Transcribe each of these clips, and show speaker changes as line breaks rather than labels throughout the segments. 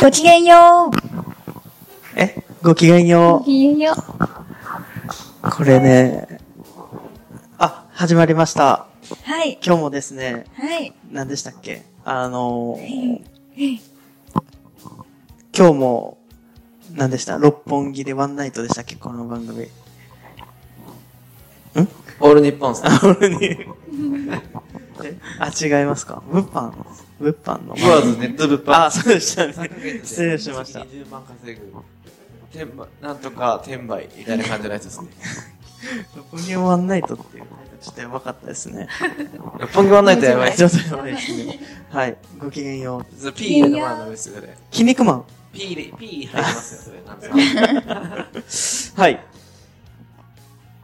ごきげんよう。
え、ごきげん
ご
よ
きげんよう。
う。これね、あ、始まりました。
はい。
今日もですね、
はい。
何でしたっけあのー、
い
今日も、何でした六本木でワンナイトでしたっけこの番組。
オール日本さん。
あ、俺に。えあ、違いますか物販物販の。
ブワーズネット物販。
あ、そうでしたね。失礼しました。
20万稼ぐ。転売、なんとか転売みたいな感じのやつですね。
六本木ワンナイトっていうタイトルちょっとやばかったですね。
六本木ワンナイトやばい。
ちょっとやばいですね。はい。ごきげんよう。
ピー入れてもらうのですぐで。
筋肉マン。
ピー入れ、ピー入りますよ、それ。なんですか。
はい。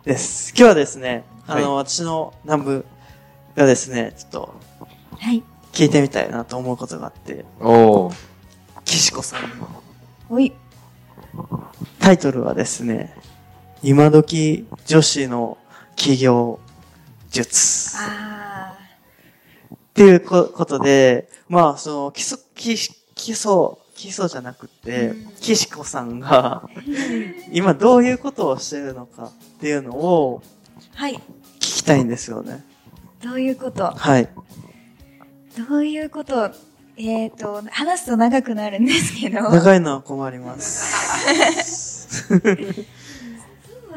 です。今日はですね、あの、
は
私の南部がですね、ちょっと
はい。
聞いてみたいなと思うことがあって、
おお。
岸子さんの
おい。
タイトルはですね、今時女子の起業術っ
あ
ていうこことで、まあ、その、基礎、基基礎、基礎じゃなくて
うん、
岸子さんが、今どういうことをしてるのかっていうのを
ー。はい。
聞きたいんですよね。
どういうこと
はい。
どういうことえっ、ー、と、話すと長くなるんですけ ど。
長いのは困ります。
そう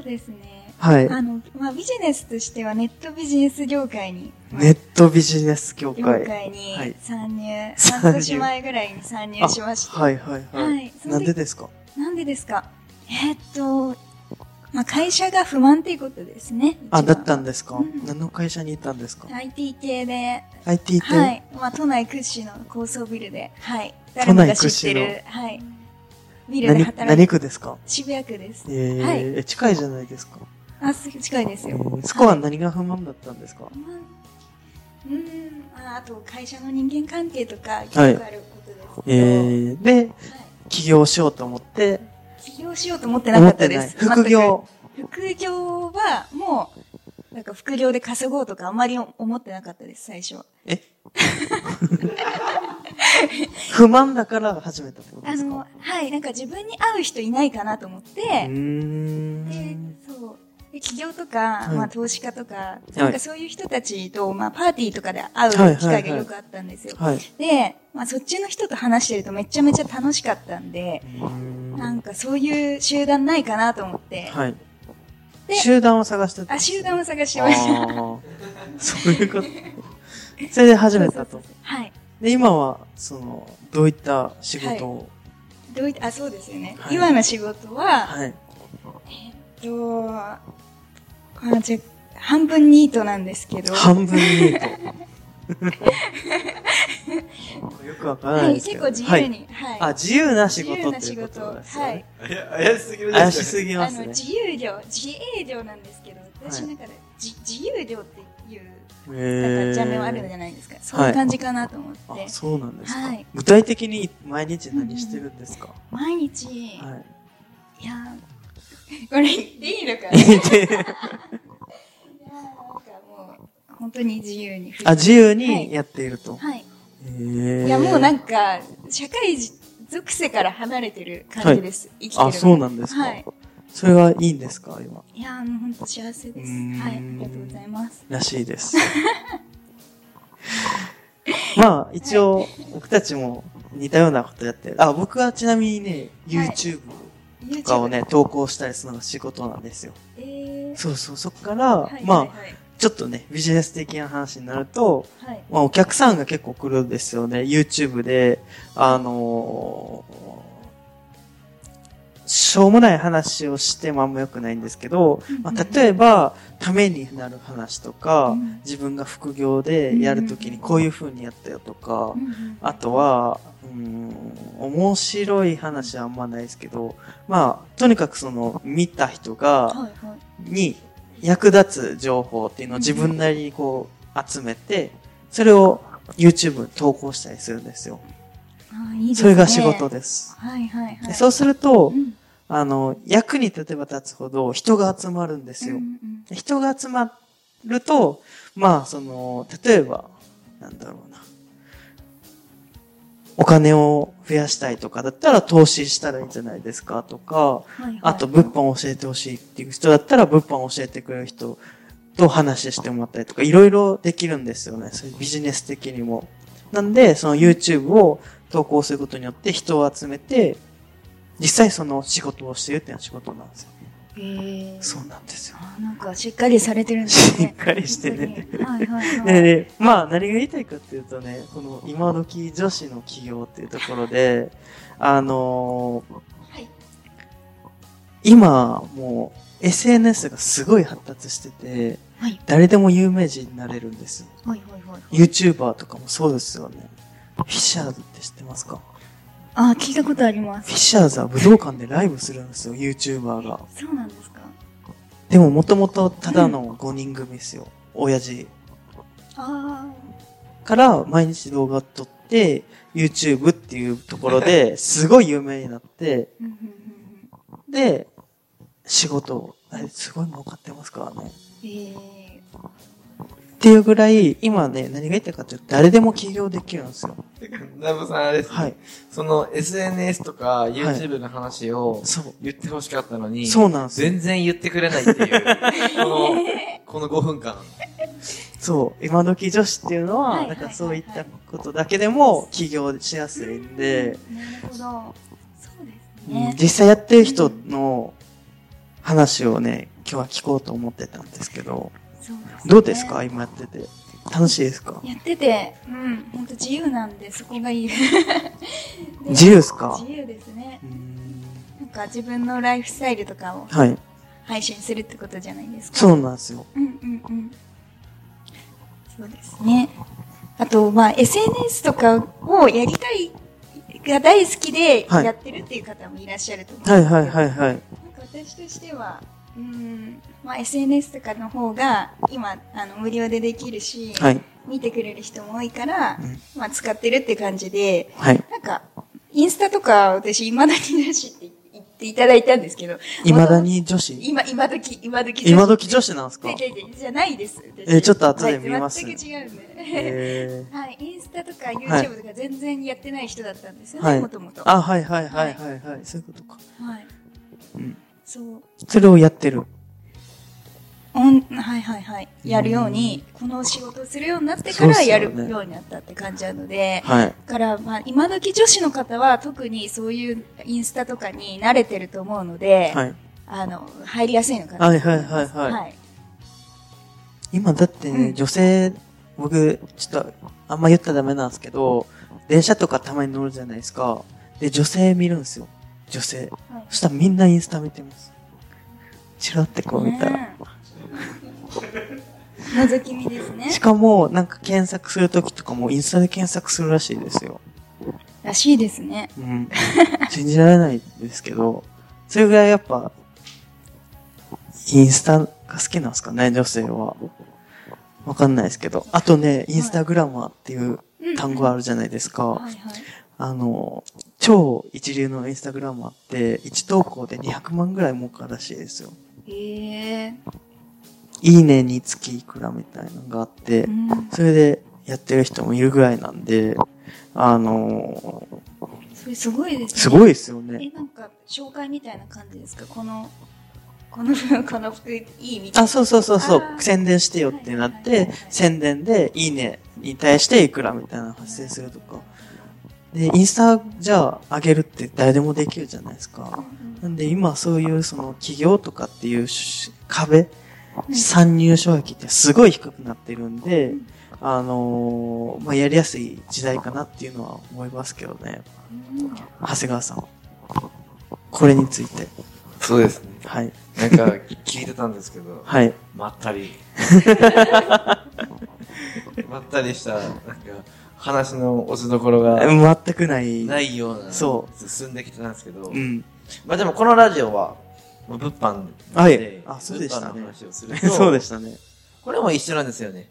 ですね。
はい。
あの、まあ、ビジネスとしてはネットビジネス業界に。
ネットビジネス業
業
界。
界に
はい
参入、
参入
半年前ぐらいに参入しました。
はいはいはい。
はいその
なん
時
でですか
なんでですかえーっと、まあ、会社が不満っていうことですね。
あ、
一番
だったんですか、
うん
何の会社にいたんですか、
IT 系で、
?IT 系、
はい。まあ、都内屈指の高層ビルで、はい。誰もが知って
都内
る、はい。ビルで
何、
働
何
いて、
区ですか
渋谷区です
え。ー
はい
え近いじゃないですか。
あ、すぐ近いです
え
よ。
ーそこは何が不満だったんですか、
まあうーん、まあ、あと会社の人間関係とか、よくあることですけど、
えー、で、
はい
起業しようと思って、
起業しようと思ってな
思
か
っ
った
て
で
ない。
す。
副業。
全く。副業は、もう、なんか副業で稼ごうとかあんまり思ってなかったです、最初は。
え不満だから始めたってこと
あ
です
の
か、
はい、なんか自分に合う人いないかなと思っ
うー
て、で
ん。、
そう。で企業とか、
はい
まあ投資家とか、なんかそういう人たちと、まあパーティーとかで会う
はいはい
機会がよくあったんですよ。
はい。
で、まあそっちの人と話してるとめちゃめちゃ楽しかったんで、なんかそういう集団ないかなと思って、
はい。
で
集団を探してた。
あ、集団を探して
あ
ました。
ーそういうこと。 それで始めた
そう
と
そう。そうはい。
で、今は、その、どういった仕事を。
どういった、あ、そうですよね。
はい
今の仕事は、
はい。
えっと、あじゃあ半分ニートなんですけど、
半 分ニート。よくわから
は
ない
い、
ですけ
結
ど。
構自由に、はい。
あ、自由な仕
自
事
由な
ってい
仕
うこ
事、
とですよ
はい
ね。。
怪しすぎる
怪しす
ぎ
ぎま
あ
す
の
ね。
自由業、自営業なんですけど、私の中で、じ自由業っていうなん
へ
か
ー
ジャンルはあるじゃないですか、そういう感じかなと思って、
あ、そうなんですか
はい。
具体的に毎日何してるんですか
毎日、
はい。
い、やーこれ言っていいの かないやーなんかもう本当に自由に
あ、自由にやっていると。
はい、
へー
いやもうなんか社会属性から離れてる感じです、生きてる
あ、そうなんですか。
はい、
それはいいんですか今。
いやーもう本当幸せです
うーん
はいありがとうございます
らしいです。 まあ、一応、僕たちも似たようなことやってる。あ、僕はちなみにね、
はい
YouTube と
YouTube
かをね、投稿したりするのが仕事なんですよ。
えー
そうそう、そっから、
はいはい
まあ、
はい
ちょっとね、ビジネス的な話になると、
はい
まあ、お客さんが結構来るんですよね。YouTube で、あのーしょうもない話をしてもあんま良くないんですけど、ま
うんうん
あ、例えば、ためになる話とか、
うん
自分が副業でやるときにこういう風にやったよとか、
うんうん
あとは、うーん、面白い話はあんまないですけど、まあ、とにかくその、見た人が、
はいはい
に役立つ情報っていうのを自分なりにこう、集めて、それを YouTube に投稿したりするんですよ。
あーいいですね
それが仕事です。
はいはいは
で
い。
そうすると
う、ん
あの、役に立てば立つほど人が集まるんです
う
よ。
んうん
人が集まると、まあ、その、例えば、なんだろうな。お金を増やしたいとかだったら投資したらいいんじゃないですかとか、
はいはい
あと物販を教えてほしいっていう人だったら物販を教えてくれる人と話してもらったりとか、いろいろできるんですよね。そういうビジネス的にも。なんで、その YouTube を投稿することによって人を集めて、実際その仕事をしてるっていうのは仕事なんですよ。
へー
そうなんですよ。
あなんかしっかりされてるんです
し
ね
っ。かりしてね。
本当にはいはいはい。
で、でまあ何が言いたいかっていうとね、この今時女子の起業っていうところで、あのー
はい
今もう SNS がすごい発達してて、
はい
誰でも有名人になれるんですよ。
はいはいはい。
YouTuber とかもそうですよね。フィッシャーズって知ってますか
あ、聞いたことありま
フィ
す。
ッシャーズは武道館でライブするんですよ、YouTuber が。
そうなんですか。
でももともとただの5人組ですよ。親父
あ
から毎日動画撮って、YouTube っていうとこ ろですごい有名になって、
ーうんうんうん
で、仕事を、あれすごい儲かってますからね。
うん。え
っていうぐらい、今ね、何が言いたいかっていうと、誰でも起業できるんですよ。
ナブさんあれですね。
はい。
その SNS とか YouTube の話を
そう。
言ってほしかったのに、
そうなんですよ。
全然言ってくれないっていう、この、この5分間。
そう。今時女子っていうの
はい
は、
はい
な
はい
んかそういったことだけでも起業しやすいんで、
ー、なるほど。そうです
うん
ね。
実際やってる人の話をね、今日は聞こうと思ってたんですけど、
そうですね
どうですか今やってて。楽しいですか
やってて、うん、本当自由なんで、そこがいい。で
自由ですか
自由ですね。
うーん
なんか自分のライフスタイルとかを
はい。
配信するってことじゃないですか。
そうなんですよ。
うんうんうん。そうですね。あと、まあ、SNS とかをやりたい、が大好きで
はい
やってるっていう方もいらっしゃると思うんです
は
け
い
ど
はいはいはい。
なんか私としては、うん、まあ、SNS とかの方が、今、あの、無料でできるし、
はい。
見てくれる人も多いから、
うん
まあ、使ってるって感じで、
はい。
なんか、インスタとか、私、今だになしって言っていただいたんですけど、
未だに女子
今、今時、今時。
今時女子なんですか
いやいやいやじゃないです。
えちょっと後で見ます
はい全く違うんで。
え
はい、インスタとか YouTube とか全然やってない人だったんですよ
は
ね、
い
もともと。
ー。あ、はいはいはいはいはい。そういうことか。
はい。
うん。
そう。
それをやってる。
オン、はいはいはい。やるように、この仕事をするようになってか
そ
ら
うっす
や
よね
るようになったって感じなので、
はい。
だから、まあ、今時女子の方は特にそういうインスタとかに慣れてると思うので、
はい。
あの、入りやすいのかな
はいはいはいはい。
はい。
今だってね、
うん
女性、僕、ちょっと、あんま言ったらダメなんですけど、電車とかたまに乗るじゃないですか。で、女性見るんですよ。女性。
はい
そしたらみんなインスタ見てます。チラってこう見たら。
ねえ覗き見ですね
し。かも、なんか検索するときとかもインスタで検索するらしいですよ。
らしいですね。
うん。 信じられないですけど、それぐらいやっぱ、インスタが好きなんですかね、女性は。わかんないですけど。あとね、インスタグラマーっていう単語あるじゃないですか。
はいはい。
あの、超一流のインスタグラマーって、1投稿で200万ぐらい儲かるらしいですよ。
へえ。
いいねにつきいくらみたいなのがあって
う、ん。
それでやってる人もいるぐらいなんで、あの
それすごいですね。
すごいですよね。
え、なんか、紹介みたいな感じですかこの、この 服、この服いいみたい
あ、
な。
そうそうそうそ
あー
う。宣伝してよってなっ
はいはい
て
はいはい、
宣伝でいいねに対していくらみたいなの発生するとか。で、インスタじゃあ上げるって誰でもできるじゃないですか。
うん
なんで今そういうその企業とかっていうし壁、
うん
参入障壁ってすごい低くなってるんで
うん、
あのーまあ、やりやすい時代かなっていうのは思いますけどね。
うん。うん
長谷川さん。これについて。
そうですね。
はい。
なんか、聞いてたんですけど、
はい。
まったり。 まったりした、なんか、話の落ちどころが
全くない。
ないような、
そ
進んできてたんですけど、
うん。
まあでもこのラジオは、もう物販なんで、
はいあそうでした
物
ね
販の話をすると
そうでしたね。
これも一緒なんですよね。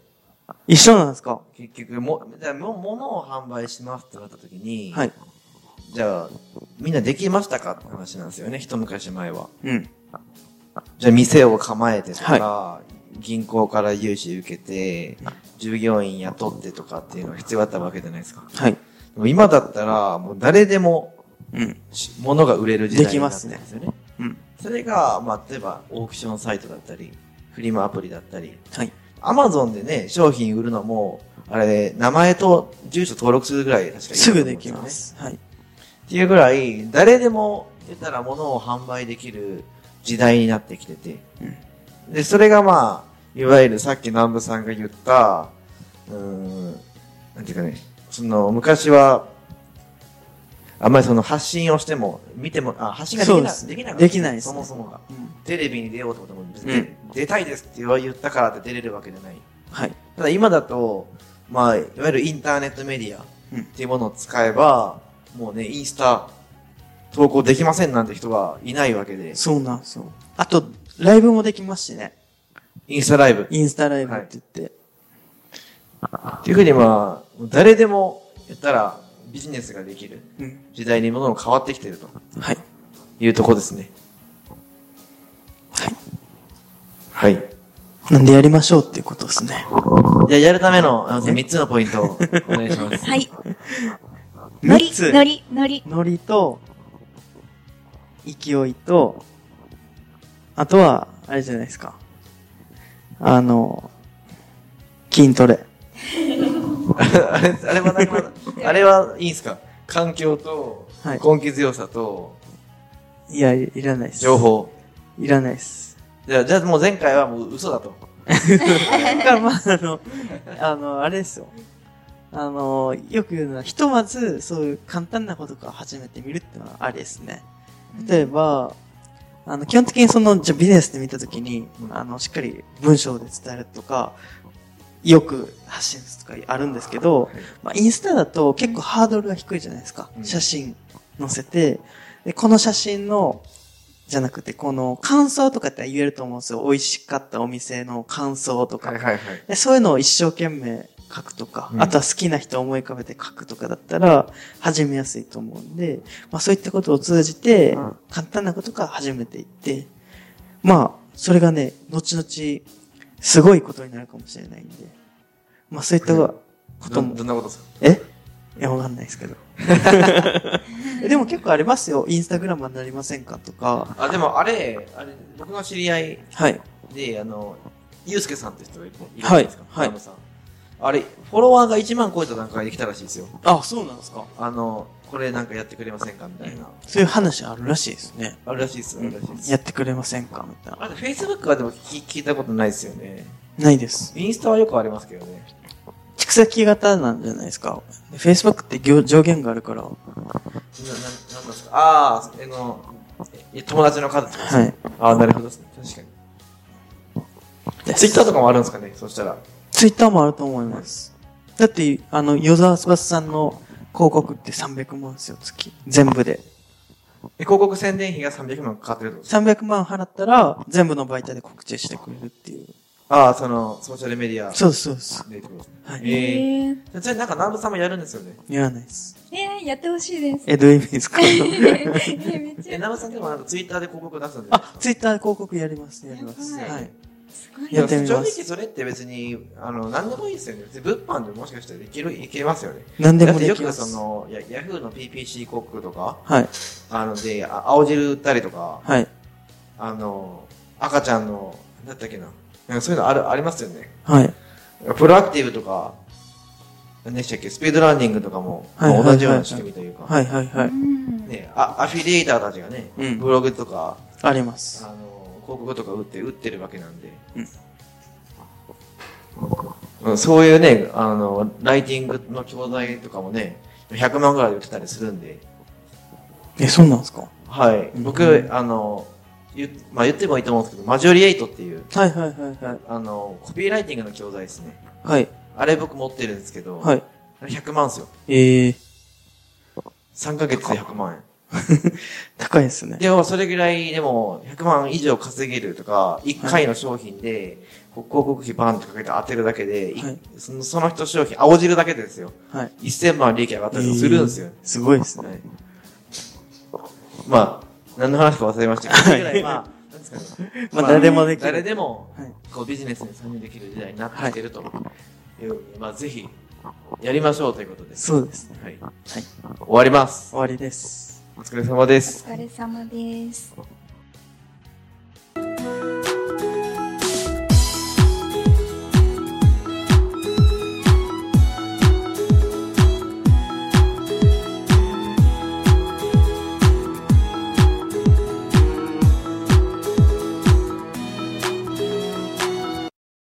一緒なんですか
結局、も、じゃあも物を販売しますってなった時に、
はい。
じゃあ、みんなできましたかって話なんですよね、一昔前は。
うん。
じゃあ店を構えてとか、銀行から融資受けて、従業員雇ってとかっていうのが必要だったわけじゃないですか。
はい。
でも今だったら、もう誰でも
うん。
し物が売れる時代になってるん
で
ですよね。
うん。
それが、まあ、例えばオークションサイトだったり、フリマアプリだったり、
はい。
アマゾンでね、商品売るのも、あれ、名前と住所登録するぐらい確かいいと
す
思
ぐ
うん
で
よ
き
ね
ます。はい。
っていうぐらい、誰でも言ったら物を販売できる時代になってきてて。で、それがまあ、いわゆるさっき南部さんが言った、うーん、なんていうかね、その昔は、あんまりその発信をしても、見ても、あ、発信ができな
そう
で
です
きなかった
できないです
そ
ね
もそもが。
うん
テレビに出ようと思っても、別に
うん
出たいですって言ったからって出れるわけじゃない。
はい。
ただ今だと、まあ、いわゆるインターネットメディア
うん
っていうものを使えば、もうね、インスタ投稿できませんなんて人はいないわけで、
そうなんですよ。あと、ライブもできますしね。
インスタライブっ
インスタライブって言って。
ていうふうにまあ、誰でも言ったらビジネスができる
うん。
時代にものも変わってきてると
はい。
いうとこですね。
はい。
はい。
なんでやりましょうっていうことですね。
じゃあやるためのあの3つのポイントをお願いしま す。
はい。のり
三、つ
のり、のり。
ノリと、勢いと、あとは、あれじゃないですか。あの、筋トレ。
あれ、あれはなくなったあれはいいんすか環境と
はい
根気強さと
いや、いいらないです。
情。報。
いらないです。
じゃあ、じゃあもう前回はもう嘘だと。
だからまあ、あの、 あの、あれですよ。あの、よく言うのは、ひとまず、そういう簡単なことから始めてみるってのはありですね。例えば、あの、基本的にその、じゃあビジネスで見たときに、あの、しっかり文章で伝えるとか、よく発信するとかあるんですけど、まあ、インスタだと結構ハードルが低いじゃないですか
う。ん
写真載せて、で、この写真の、じゃなくて、この感想とかって言えると思うんですよ。美味しかったお店の感想とか。
はいはい。
でそういうのを一生懸命書くとか、
うん
あとは好きな人を思い浮かべて書くとかだったら、始めやすいと思うんで、まあそういったことを通じて
うん、
簡単なことから始めていって、まあ、それがね、後々、すごいことになるかもしれないんで、まあそういったことも、
んなことですか
えいや、わかんないですけど。でも結構ありますよ。インスタグラマーになりませんかとか。
あ、でもあれ、あれ、僕の知り合い
はい。
で、あの、ゆうすけさんって人がいるいる
は
ん
い
ですか、
はい
ドラムさん。あれ、フォロワーが1万超えた段階で来たらしいですよ。
あ、そうなんですか。
あの、これなんかやってくれませんかみたいな。
そういう話あるらしいですね。
あるらしいです、あるらしいです。
やってくれませんかみたい
あと、Facebook はでも聞聞いたことないですよね。
な。ないです。
インスタはよくありますけどね。
蓄積型なんじゃないですか。Facebook ってぎょ上限があるから。は
な、な、なんですかああ、あの、え友達の数とかですね。
い。
ああ、なるほどですね。確かに。Twitter とかもあるんですかねそしたら。
Twitter もあると思います。だって、あの、与沢翼さんの広告って300万ですよ、月。全部で。
え広告宣伝費が300万かかってるってことですか
300万払ったら、全部の媒体で告知してくれるっていう。
ああ、その、ソーシャルメディア。
そうですそうです。
でってことですね。
はい。
え
えー、
じゃあ、なんか、南部さんもやるんですよね。
やらないです。
えー、やってほしいです。
え、どういう意味ですか
えめっ
え、
ちゃ
南部さんでもなんか、ツイッターで広告出すんで。
あ、Twitter 広告やります、やります。
やばい
はい。
すごい
いや
やってみます
正直それって別に、あの、なんでもいいですよね。別に物販でもしかしたらいける、いけますよね。
何でもで
だっ
き
てよ
ま
く
す。
その、やヤフーの PPC 広告とか、
はい。
あの、で、あ青汁売ったりとか、
はい。
あの、赤ちゃんの、なんだっけな。なんかそういうのある、ありますよね。
はい。
プロアクティブとか、何でしたっけ、スピードランニングとかも、
はい
まあ
はいはい
同じような仕組みというか、
はい、はい、は
う
い。
ん
ね、あアフィリエイターたちがね、
うん
ブログとか、
あります
あ。の広告とか打って打ってるわけなんで、うんそういうねあのライティングの教材とかもね100万ぐらいで売ってたりするんで、
え、そうなんですか
はい、僕、
う
あの言,、まあ、言ってもいいと思うんですけどマジョリエイトっていう
はい、はい、はい、はい。
あのコピーライティングの教材ですね
はい。
あれ僕持ってるんですけど、
はい。
あれ100万ですよ
ええ
3ヶ月で100万円
高いですね。
でも、それぐらい、でも、100万以上稼げるとか、1回の商品で、こう広告費バンってかけて当てるだけで、い
はい
そのその人商品、青汁だけでですよ。
はい。
1000万利益上がったりするんですよ。
すごいですね。
はいまあ、何の話か忘れましたけど、それぐらい、まあ、なんですかね。
まあ、誰でもできる。
誰でも
はい、
こう、ビジネスに参入できる時代になってきてるという、まあ、ぜひ、やりましょうということです。
そうですね。
はい。
はい。
終わります。
終わりです。
お疲れ様です。
お疲れ様です。